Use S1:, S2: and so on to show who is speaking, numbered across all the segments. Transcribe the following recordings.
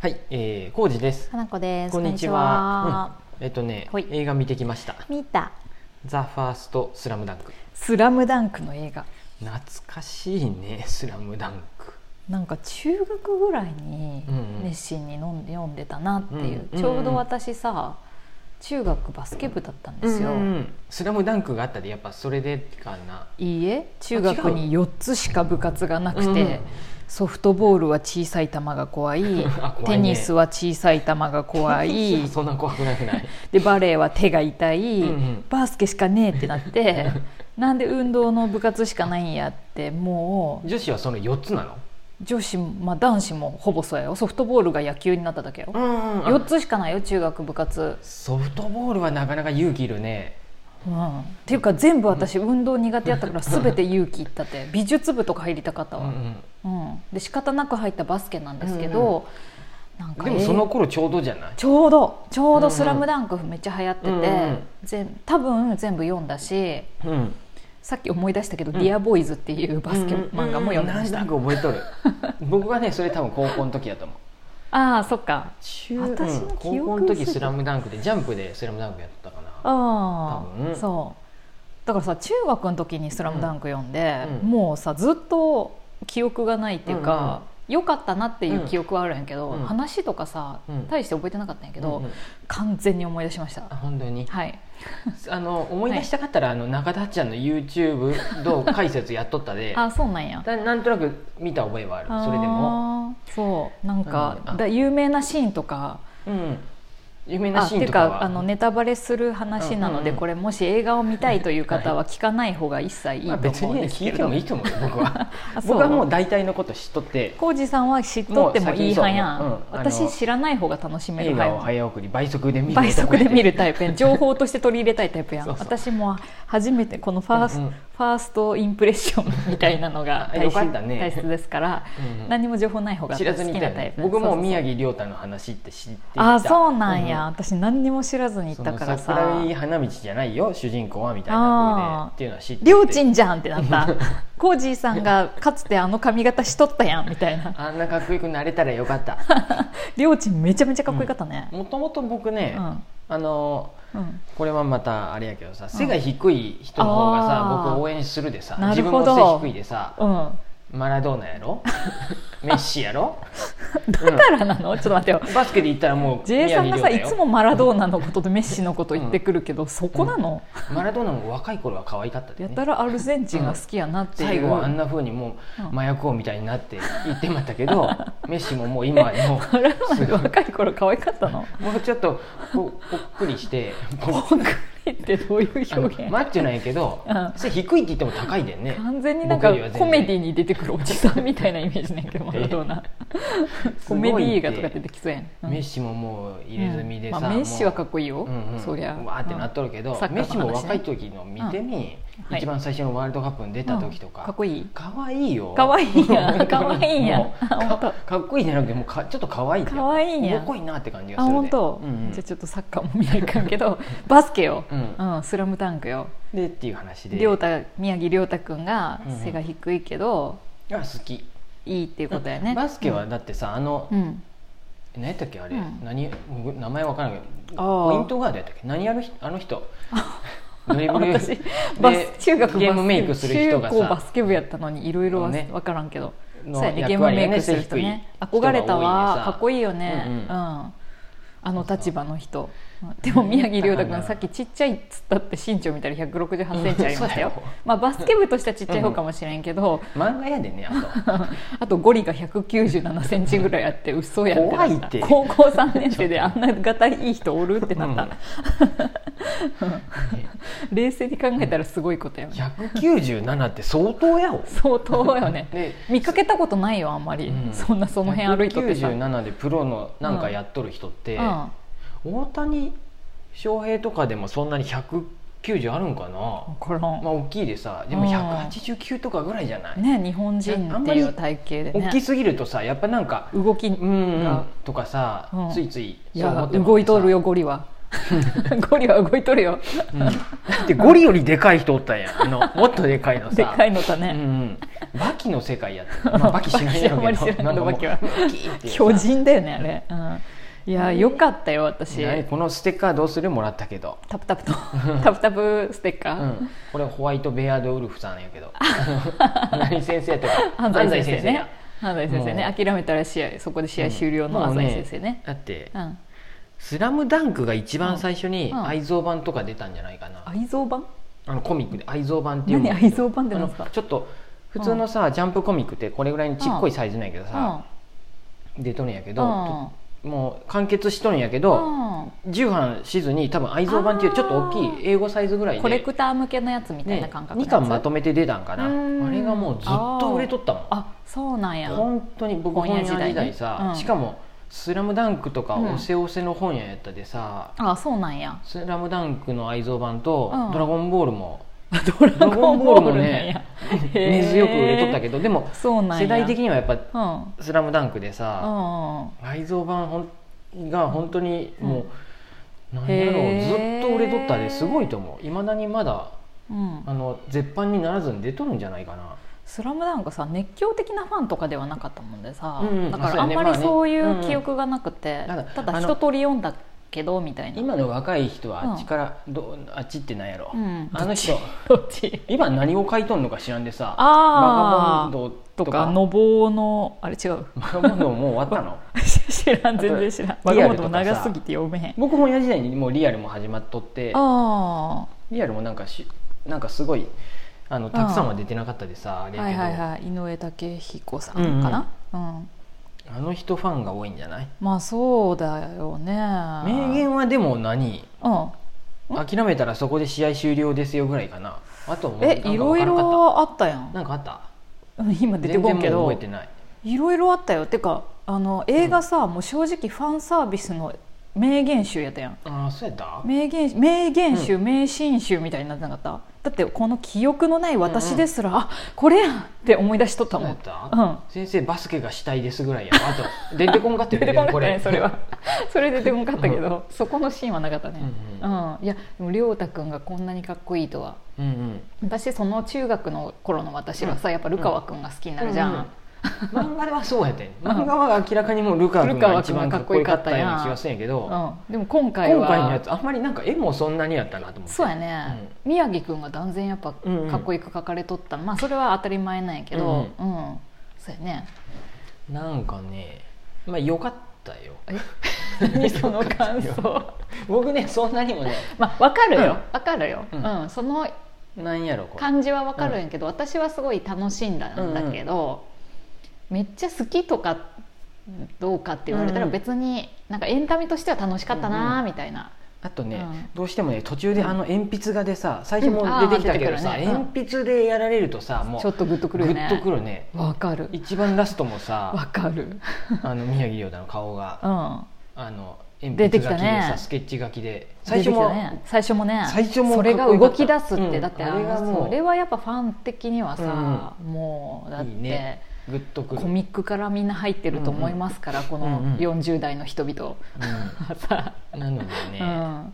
S1: はい、えー、康二です。
S2: 花子です。
S1: こんにちは。うんえっとね
S2: ほい、
S1: 映画見てきました。
S2: 見た。
S1: ザファーストスラムダンク。
S2: スラムダンクの映画。
S1: 懐かしいね、スラムダンク。
S2: なんか中学ぐらいに
S1: うんうん
S2: 熱心に飲んで読んでたなっていう。
S1: うん
S2: ちょうど私さ、中学バスケ部だったんですよ。
S1: うんうんスラムダンクがあったで、やっぱそれでかな。
S2: いいえ、中学
S1: あ違う
S2: に四つしか部活がなくて。
S1: うん
S2: ソフトボールは小さい球が怖い
S1: あ怖いね
S2: テニスは小さい球が 怖い
S1: そんな怖くなくない。
S2: でバレエは手が痛い、
S1: うんうん
S2: バスケしかねえってなって なんで運動の部活しかないんやってもう
S1: 女子はその四つなの。
S2: 女子も、まあ、男子もほぼそうやよソフトボールが野球になっただけよ、
S1: ん
S2: 4つしかないよ中学部活、
S1: ソフトボールはなかなか勇気いるね。
S2: うん、っていうか全部私運動苦手やったから全て勇気いったって美術部とか入りたかった
S1: うんう
S2: わ、
S1: ん
S2: うんで仕方なく入ったバスケなんですけど、なんか
S1: でも
S2: えー
S1: その頃ちょうどじゃない。
S2: ちょうどちょう
S1: うんうん
S2: ど「スラムダンクめっちゃ流行ってて、
S1: うんうん
S2: 全多分全部読んだし
S1: うん。
S2: さっき思い出したけど
S1: う
S2: 「
S1: ん
S2: ディアボーイズっていうバスケ漫画も読んでました、
S1: うんうんなんとなく覚え とる。僕はね、それ多分高校の時だと思う。
S2: ああそっか
S1: 中
S2: 私の記憶薄い
S1: 高校の時スラムダンクでジャンプでスラムダンクやったかな
S2: あ
S1: 多分
S2: あそうだからさ中学の時に「スラムダンク読んで、
S1: うん
S2: もうさずっと記憶がないっていう
S1: うんうん
S2: か、良かったなっていう記憶はあるんやけど、
S1: うん
S2: 話とかさ、
S1: うん
S2: 大して覚えてなかったんやけど、
S1: うんうん
S2: 完全に思い出しました
S1: あ本当 に
S2: はい
S1: あの思い出したかったら、あの中田ちゃんの YouTube 動画解説やっとったで
S2: あそうなんや
S1: だなんとなく見た覚えはあるそれでも、
S2: もそうなんか
S1: うん、あ
S2: だ有名なシーンとか
S1: うん、有名
S2: あ
S1: な
S2: っ
S1: シー
S2: てい
S1: ン
S2: う
S1: とか
S2: か
S1: は
S2: あのネタバレする話なの
S1: う
S2: で、
S1: んうんうん
S2: これもし映画を見たいという方は聞かない方が一切いい
S1: まあ
S2: と
S1: 別
S2: 思
S1: に
S2: うん
S1: ね
S2: で
S1: 聞
S2: すけ
S1: いて
S2: ど
S1: もいいと思うよ僕は
S2: あそう
S1: 僕はもう大体のこと知っとって
S2: 浩二さんは知っとってもいい派やん、
S1: もう先にそううんあの
S2: 私知らない方が楽しめる
S1: 映画を
S2: 派やん
S1: 早送り倍速で見る
S2: 倍速で見るタイプやん情報として取り入れたいタイプやん
S1: そうそう
S2: 私も初めてこのファースト、
S1: うんうん
S2: ファーストインプレッションみたいなのが
S1: あ
S2: 大
S1: よか
S2: 切,、
S1: ったね
S2: 大切ですから、
S1: うんうん
S2: 何も情報ない方が好
S1: 知
S2: き
S1: らずに行った
S2: な
S1: よ
S2: タイ
S1: ね
S2: プ
S1: 僕も宮
S2: 城
S1: 城亮太の話って知っていた
S2: あそうなんや、
S1: う
S2: 私何にも知らずに行
S1: そ
S2: った
S1: の
S2: から
S1: 桜
S2: さ
S1: 井花道じゃないよ主人公はみたいな
S2: あ
S1: 風で
S2: ー
S1: っていうのは知ってて
S2: りょうちんじゃんって なった浩二さんがかつてあの髪型しとったやんみたいな
S1: あんなかっこよくなれたらよかった
S2: りょうちんめちゃめちゃかっこよかったね、
S1: もともと僕ね、
S2: うん
S1: あの
S2: うん
S1: これはまたあれやけどさ背が低い人の方がさ、
S2: あー
S1: 僕応援するでさ
S2: な
S1: 自
S2: る
S1: 分
S2: ほど
S1: も背低いでさ
S2: うん
S1: マラドーナや ろメッシやろ
S2: だからなの、ちょっと待ってよ
S1: バスケで言ったらもう
S2: J さんがさ
S1: 宮
S2: いつ
S1: 城亮
S2: もマラドーナのこととメッシのこと言ってくるけど、そこなの、
S1: 太よマラドーナも若い頃は可愛かったで
S2: や
S1: ね
S2: たらアルゼンチンが好きやなってい
S1: 最
S2: う、
S1: 後 はあんなふうにも
S2: う
S1: うん麻薬王みたいになって言ってまったけ どメッシももう今はもう
S2: マラドーナ若い頃可愛かったの
S1: もうちょっとぽぽっくりしてぽ
S2: ポンクリってどういう
S1: あの
S2: 表現、
S1: マッチョなんやけど、
S2: うん
S1: それ低いって言っても高いでんね
S2: 完全になんか
S1: 僕よりは全然
S2: コメディに出てくるおじさんみたいなイメージなんやけどマラドーナコメディ映画とか出てきそうやん、うん
S1: メッシももう入れ墨でさ、
S2: まあ、メッシはかっ
S1: こ
S2: こいいよ、
S1: うんうん、
S2: そりゃ
S1: わーってなっとるけど、
S2: うんサッカー
S1: メ
S2: の
S1: ッ
S2: 話
S1: シ
S2: ね
S1: も若い時の見てみ、
S2: うんはい
S1: 一番最初のワールドカップに出た時とか、
S2: うんかっこいい
S1: かわいいよ
S2: かわいいや
S1: 本当
S2: ん
S1: に
S2: かわいいやん
S1: もう
S2: あ本当
S1: かかっこいいじゃなくてもうかちょっとかわいい
S2: かわいいんや
S1: かっこいいなって感じが
S2: あ
S1: するで
S2: 本当、
S1: うんうん
S2: じゃあちょっとサッカーも見ないかん けどバスケよ、
S1: う
S2: うん、スラムダンクよ
S1: でっていう話で
S2: 亮太宮城亮太くんが
S1: うんうん
S2: 背が低いけど、
S1: あ好き
S2: いいっていうことやね
S1: バスケはだってさあの、
S2: うん、うん
S1: 何やったっけあれ、
S2: うん
S1: 何僕名前わからんけど
S2: あー
S1: ポイントガードやったっけ何やる人あの 人ドリブル
S2: 私
S1: で
S2: バス中学
S1: ゲームメイクする人が
S2: 中高バ
S1: さ
S2: スケ部やったのにいろいろ
S1: ね
S2: 分からんけど、
S1: の
S2: そうやねゲー
S1: 役
S2: ム
S1: 割
S2: メ
S1: が
S2: イ
S1: ね
S2: クする人
S1: 背
S2: ね
S1: 低い人が多いね
S2: 憧れたわ
S1: さ
S2: かっこいいよね
S1: う
S2: うんん、
S1: うん
S2: あの立場の人でも宮城亮太君さっきちっちゃいっつったって身長見たら1 6 8ンチありましたよ
S1: うんそうやろ
S2: まあ、バスケ部としてはちっちゃい方かもしれんけど、
S1: 漫画やでねあ
S2: あとゴリが1 9 7ンチぐらいあって嘘やってな
S1: 怖いって
S2: 高校3年生であんながたいい人おるってなった、 冷静に考えたらすごいことや
S1: と
S2: ね
S1: 197って相当やお
S2: 相当よね
S1: で
S2: 見かけたことないよあんまり、
S1: うん
S2: そんなその辺歩いとってさ、うん
S1: 197でプロのなんかやっとる人って、
S2: わ
S1: 大谷翔平とかでもそんなに190あるんかな、
S2: からん
S1: まあ大きいでさでも
S2: うん
S1: 189とかぐらいじゃない、
S2: ね日本人っていう体型で
S1: 大き
S2: ね
S1: すぎるとさやっぱなんか
S2: 動き
S1: うんうん
S2: が
S1: とかさ、
S2: うん
S1: ついつい
S2: い
S1: そう思
S2: や
S1: ってまう
S2: 動いとるよゴ リはゴリは動いとるよ
S1: さ、うんだってゴリよりでかい人おったやんあのもっとでかいのさ
S2: でかいのだ
S1: うん
S2: ね、
S1: うんバキの世界や った、まあ、バキしないやろう
S2: バキしない
S1: けどなんかもう
S2: バキは
S1: キーってさ
S2: 巨人だよねあれ、うん、いやよかったよ私
S1: 何このステッカーどうするもらったけど、
S2: タプタ プとタプタプステッカ
S1: う
S2: ー、
S1: ん、これホワイトベアードウルフさんやけ ど何先生とか
S2: 安西先生ね
S1: や
S2: 安西先生ね諦めたら試合そこで試合終了の
S1: もう
S2: 安西先生ね
S1: だって
S2: う
S1: 「
S2: ん
S1: スラムダンクが一番最初に
S2: うん
S1: 愛蔵版とか出たんじゃないかな、
S2: 愛蔵版
S1: あのコミックで愛蔵版っていうの
S2: 何愛蔵版ってなんですか
S1: あのちょっと普通のさ、ジャンプコミックってこれぐらいのちっこいサイズなんやけどさ、出とるんやけど、もう完結しとるんやけど、
S2: うんうん
S1: 10版しずに多分愛蔵版っていうちょっと大きい英語サイズぐらいで
S2: コレクター向けのやつみたいな感覚
S1: 2
S2: のやつ
S1: 巻まとめて出たんかな
S2: うん
S1: あれがもうずっと売れとったもん
S2: あそうなんや
S1: 本当に僕
S2: 本
S1: 本
S2: 屋
S1: 屋
S2: 時
S1: 時
S2: 代ね
S1: 代さ、
S2: うん
S1: しかも「スラムダンクとか「
S2: うん
S1: おせおせ」の本屋やったでさ「
S2: あそうなんや
S1: スラムダンクの愛蔵版と
S2: う
S1: 「
S2: ん
S1: ドラゴンボールも
S2: ド
S1: ラゴンボールもね根強く売れとった
S2: ど
S1: けどでも
S2: そうなんや
S1: 世代的にはやっぱ
S2: うんうん
S1: 「スラムダンクでさ
S2: うん
S1: 愛蔵版ほんが本当にもう、なんやろ
S2: へ
S1: うずっ
S2: ー
S1: と売れとったですごいと思ういまだにまだ
S2: うん
S1: あの絶版にならずに出とるんじゃないかな。
S2: スラムダンクさ熱狂的なファンとかではなかったもんでさ、
S1: うんうん
S2: だか
S1: そう
S2: ら
S1: や
S2: あん
S1: ね
S2: まりそうい
S1: まあね
S2: う
S1: うん
S2: 記憶がなくて、
S1: ただ
S2: ただ
S1: あの
S2: 一通り読んだけどみたいな
S1: 今の若い人はあっちから、どうあっちってなんやろ、
S2: うん
S1: あの人
S2: どっち
S1: 今何を書いとんのか知らんでさ
S2: あー
S1: バガボンド
S2: と
S1: と
S2: か
S1: か
S2: のぼうのあれ違う
S1: バガボンドもう終わったの
S2: 知らん全然知らんバ
S1: リ
S2: ガ
S1: ア
S2: モン
S1: ルと
S2: ドも
S1: かさ
S2: 長すぎて読めへん
S1: 僕本屋時代にもうリアルも始まっとって
S2: あ
S1: リアルもなんかしなんかすごいあのたくさんは出てなかったでさあれ
S2: あ
S1: や
S2: は
S1: け
S2: い
S1: ど、
S2: はいはい井上武彦さんかな、うん
S1: あの人ファンが多いんじゃない
S2: まあそうだよね
S1: 名言はでも何
S2: うん
S1: 諦めたらそこで試合終了ですよぐらいかなあともう
S2: え
S1: なんか
S2: いろい
S1: わからんかっ
S2: ろあったや
S1: た
S2: ん
S1: なんかあった
S2: うん今出てこんけ
S1: 全然も
S2: ど
S1: う覚えてない
S2: いろいろあったよてかあの映画さ、もう正直ファンサービスの名言集やったやん
S1: ああそうやった
S2: 名言名言集、名シーン集みたいになってなかっただってこの記憶のない私ですら、あこれやんって思い出しとっ
S1: そ
S2: た
S1: う
S2: も
S1: や
S2: ん
S1: った、
S2: うん
S1: 先生バスケがしたいですぐらいやあと出てこんかった
S2: 出
S1: よね
S2: て
S1: でも
S2: こなかったねそれはそれ出てこなかったけどそこのシーンはなかったねう、
S1: うん
S2: いやでも亮太君がこんなにかっこいいとは
S1: うんうん
S2: 私その中学の頃の私はさ、やっぱルカワ君が好きになるじゃ
S1: う
S2: ん、
S1: んうん漫画ではそうやってん漫画は明らかにもうルカ君が一番かっこよかったような気がするんやけど
S2: うんでも今回
S1: 今
S2: は
S1: 回のやつあんまりなんか絵もそんなにやったなと思って
S2: そうやね、宮城くんが断然やっぱ
S1: うんうん
S2: かっこよく描かれとった、まあそれは当たり前なんやけど、うんそう やね
S1: なんかねまあよかったよ
S2: え その感想
S1: 僕ねそんなにもね
S2: まあわかる
S1: うん
S2: よわかるよ、う
S1: うんん
S2: その
S1: なんやろこれ
S2: 感じはわかるんやけど、私はすごい楽しんだんだけど、めっちゃ好きとかどうかって言われたら
S1: うんうん
S2: 別になんかエンタメとしては楽しかったなーみたいな、
S1: あとね、
S2: うん
S1: どうしてもね途中であの鉛筆画でさ最初も
S2: うん
S1: 出てきたけど
S2: あー
S1: さ、
S2: 出てくるねうん
S1: 鉛筆でやられるとさも
S2: ちょ
S1: う
S2: っとグッとく
S1: グ
S2: るよね
S1: ッとくるね
S2: わかる
S1: 一番ラストも
S2: わ
S1: さ
S2: かる
S1: あの宮城亮太の顔が
S2: うん
S1: あの鉛
S2: 出て
S1: 筆書
S2: きた
S1: きでさ、
S2: ね
S1: スケッチ書きで最
S2: 最
S1: 初
S2: 初も
S1: も、
S2: 最初もね
S1: 最初も
S2: それが
S1: かっこよか
S2: 動
S1: った
S2: き出すって、
S1: うん
S2: だってあ
S1: あれがもう
S2: のそれはやっぱファン的にはさ、もうだって
S1: いいねグッとくる
S2: コミックからみんな入ってると思いますから、こ
S1: うんうん
S2: の40代の人々 はさ、
S1: うん、なのでね、
S2: うん、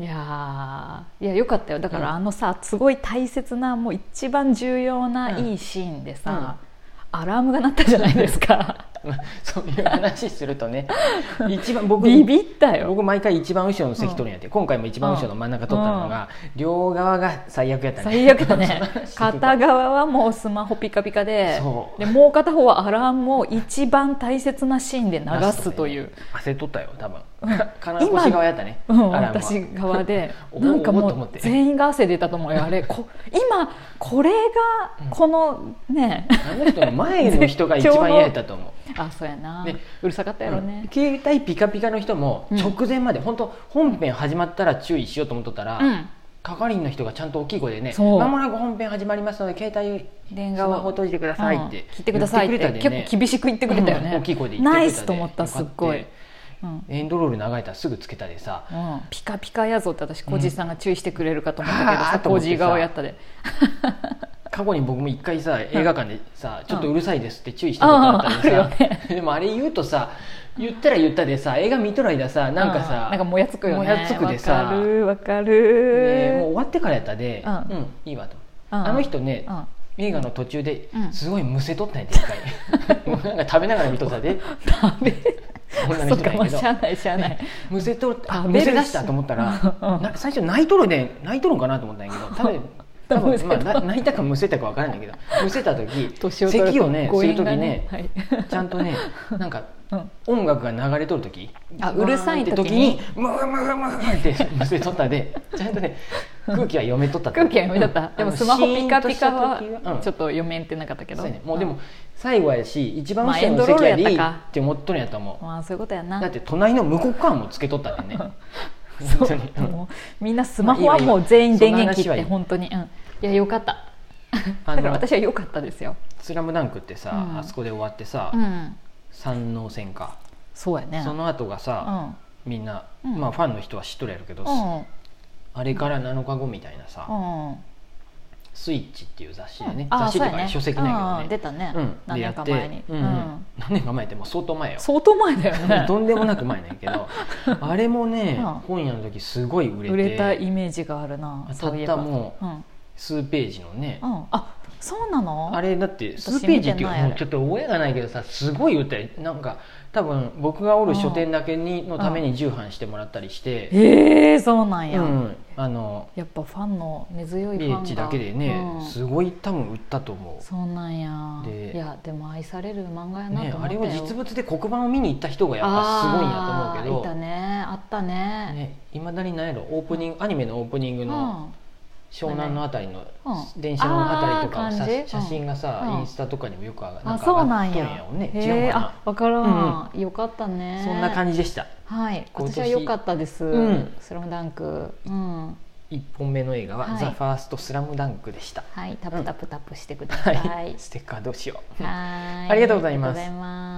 S2: いやーいやよかったよだから
S1: うん
S2: あのさすごい大切なもう一番重要な
S1: うん
S2: いいシーンでさ、アラームが鳴ったじゃないですか
S1: まあ そういう話すると ね一番僕
S2: ビビったよ
S1: 僕毎回一番後ろの席取るんやって、今回も一番後ろの真ん中取ったのが、両側が最悪やったね
S2: 最悪 だね片
S1: が
S2: 側はもうスマホピカピカで
S1: そう
S2: でもう片方はアラームを一番大切なシーンで流すという、
S1: 焦っとったよ多分金腰側やったね、
S2: うん、
S1: アラームは
S2: 私側で
S1: おー
S2: なんか
S1: おーと思
S2: も
S1: っ
S2: う
S1: て
S2: 全員が汗出たと思うよあ れこ今これ
S1: う
S2: が
S1: ん
S2: このね
S1: あの人の前の人が一番嫌やったと思う
S2: あそうやな、
S1: ね
S2: うるさかったやろね、
S1: 携帯ピカピカの人も
S2: うん
S1: 直前まで、本当本編始まったら注意しようと思っとったら、
S2: うん
S1: 係員の人がちゃんと大きい声でね「
S2: そう
S1: まもなく本編始まりますので携帯
S2: 電
S1: ス
S2: 話
S1: マホ
S2: を
S1: 閉じてください」って
S2: うん切ってくださいって
S1: 言くれたでね
S2: 結構厳しく言ってくれたよね、
S1: うん大きい声で言ってくれた
S2: ナ
S1: で
S2: イスと思ったすっごい
S1: よか、
S2: うん
S1: エンドロール流れたらすぐつけたでさ
S2: うんピカピカやぞって私コージさんが注意してくれるかと思ったけど
S1: うんあ
S2: さ
S1: ーと
S2: コ
S1: 思っ
S2: ー
S1: てさ
S2: ジ側やったで
S1: 過去に僕も一回さ映画館でさ「ちょっとうるさいです」って注意したことあったで
S2: うんあ
S1: さ
S2: あ、るよ
S1: でもあれ言うとさ言ったら言ったでさ映画見とる間さなんか
S2: う
S1: さ、
S2: なんかもやつくよね
S1: もやつくでさ
S2: わかるわかる
S1: ねもう終わってからやったで、
S2: う
S1: うんんいいわと、
S2: うん
S1: あの人ね、
S2: うん
S1: 映画の途中で
S2: うん
S1: すごいむせとったんやて一回 もうなんか食べながら見とったで
S2: 食べ
S1: 女の 人
S2: そう
S1: な
S2: か
S1: んや
S2: まあ
S1: けど
S2: しゃあないしゃあない
S1: むせとるあ
S2: 食
S1: む
S2: べるし
S1: せ出したと思ったら
S2: うん
S1: な最初泣いとるで泣いとるんかなと思ったんやけど多分多分
S2: むせ
S1: ま
S2: た
S1: あ、な泣いたかむせたかわからないけどむせた時
S2: 年を取る
S1: 咳をね
S2: 誤
S1: する
S2: 飲
S1: 時
S2: が
S1: ね
S2: はい
S1: ちゃんとねなんか
S2: うん
S1: 音楽が流れとる時
S2: あうるさい時
S1: に
S2: に
S1: 「ムームームー」ってむせとったでちゃんとね空気は読めとったって
S2: 空気は読めとっ
S1: うん
S2: たでもスマホピカピカ
S1: あのシーンとした時
S2: はちょ
S1: うん
S2: っと読めんってなかったけど
S1: そうやねもうで
S2: ん
S1: も最後やし一番
S2: まあ
S1: 後ろ
S2: エンド
S1: の
S2: ロー
S1: 席や
S2: ルやっ
S1: でい
S2: た
S1: い
S2: か
S1: って思っとるんやと思
S2: まあそういうことや
S1: う
S2: な
S1: だって隣の向こう側もつけとった んだよね
S2: そ
S1: 本当
S2: う
S1: にうん
S2: もうみんなスマホはもう全員電源切っ
S1: まあいいわ
S2: て本当にうんいやよかった
S1: あ
S2: だから
S1: の
S2: 私は良かったですよ
S1: 「スラムダンクってさ、
S2: うん
S1: あそこで終わってさ、
S2: うん
S1: 三能戦か、
S2: そうやね
S1: その後がさ、みんな、
S2: うん
S1: まあファンの人は知っとるやろうけど、
S2: うんうん
S1: あれから7日後みたいなさ「
S2: うん
S1: スイッチ」っていう雑誌でね、
S2: あ
S1: 雑
S2: あ
S1: 誌
S2: そ
S1: と
S2: う
S1: か
S2: や
S1: ね
S2: ね
S1: 書籍なん
S2: う
S1: やけ
S2: ん出
S1: どね
S2: た
S1: う
S2: ね
S1: ん、
S2: 何
S1: でや
S2: 年
S1: っ
S2: か
S1: て
S2: 前に
S1: うん
S2: う
S1: うんん、何年か前ってもう相当前よ
S2: 相当前だよね
S1: とんでもなく前なんやけ どあれもね、
S2: うん
S1: 本屋の時すごい売れて
S2: 売れたイメージがあるな
S1: た
S2: そうい
S1: っ
S2: え
S1: た
S2: ば
S1: も
S2: うんうん
S1: う数ページのね、
S2: あそうなの
S1: あれだって
S2: 私
S1: 数ページってい
S2: 見て
S1: う
S2: ない
S1: もうちょっと覚えがないけどさすごい売ったよなんか多分僕がおる書店だけにのために重版してもらったりして、
S2: ええそうなん
S1: う
S2: や
S1: ん、あの
S2: やっぱファンの根強いフ
S1: リ
S2: ァン
S1: ー
S2: が
S1: チだけでね、
S2: うん
S1: すごい多分売ったと思う。
S2: そうなんや
S1: で
S2: いやでも愛される漫画やな
S1: ね
S2: と、思
S1: あ
S2: った
S1: れ
S2: よ
S1: を実物で黒板を見に行った人がやっぱすごいんやと思うけ
S2: あーいた
S1: ど
S2: ねあったね
S1: ねいま、未だに何やろオープニングアニメのオープニングの湘南のあたりの
S2: う
S1: 電車のあたりとか
S2: あ
S1: の
S2: ー
S1: さ
S2: 感じうん
S1: 写真がさ、
S2: うん
S1: インスタとかにもよく上が
S2: うん、
S1: な
S2: あ
S1: んか上
S2: そう
S1: が
S2: な
S1: っ
S2: ん
S1: とるん
S2: や
S1: やろね
S2: へ
S1: 違う
S2: え
S1: かな
S2: あ分からん、よかったね
S1: そんな感じでした
S2: はい
S1: 今年
S2: 私は良かったです「
S1: ん
S2: スラムダンクうん
S1: 1本目の映画は「
S2: はい
S1: ザ・ファーストスラムダンクでした
S2: はいタプタプタプしてくださ、
S1: はいい、
S2: はい
S1: ステッカーどうしよう
S2: はい
S1: ありがとうございます
S2: ありがとうございます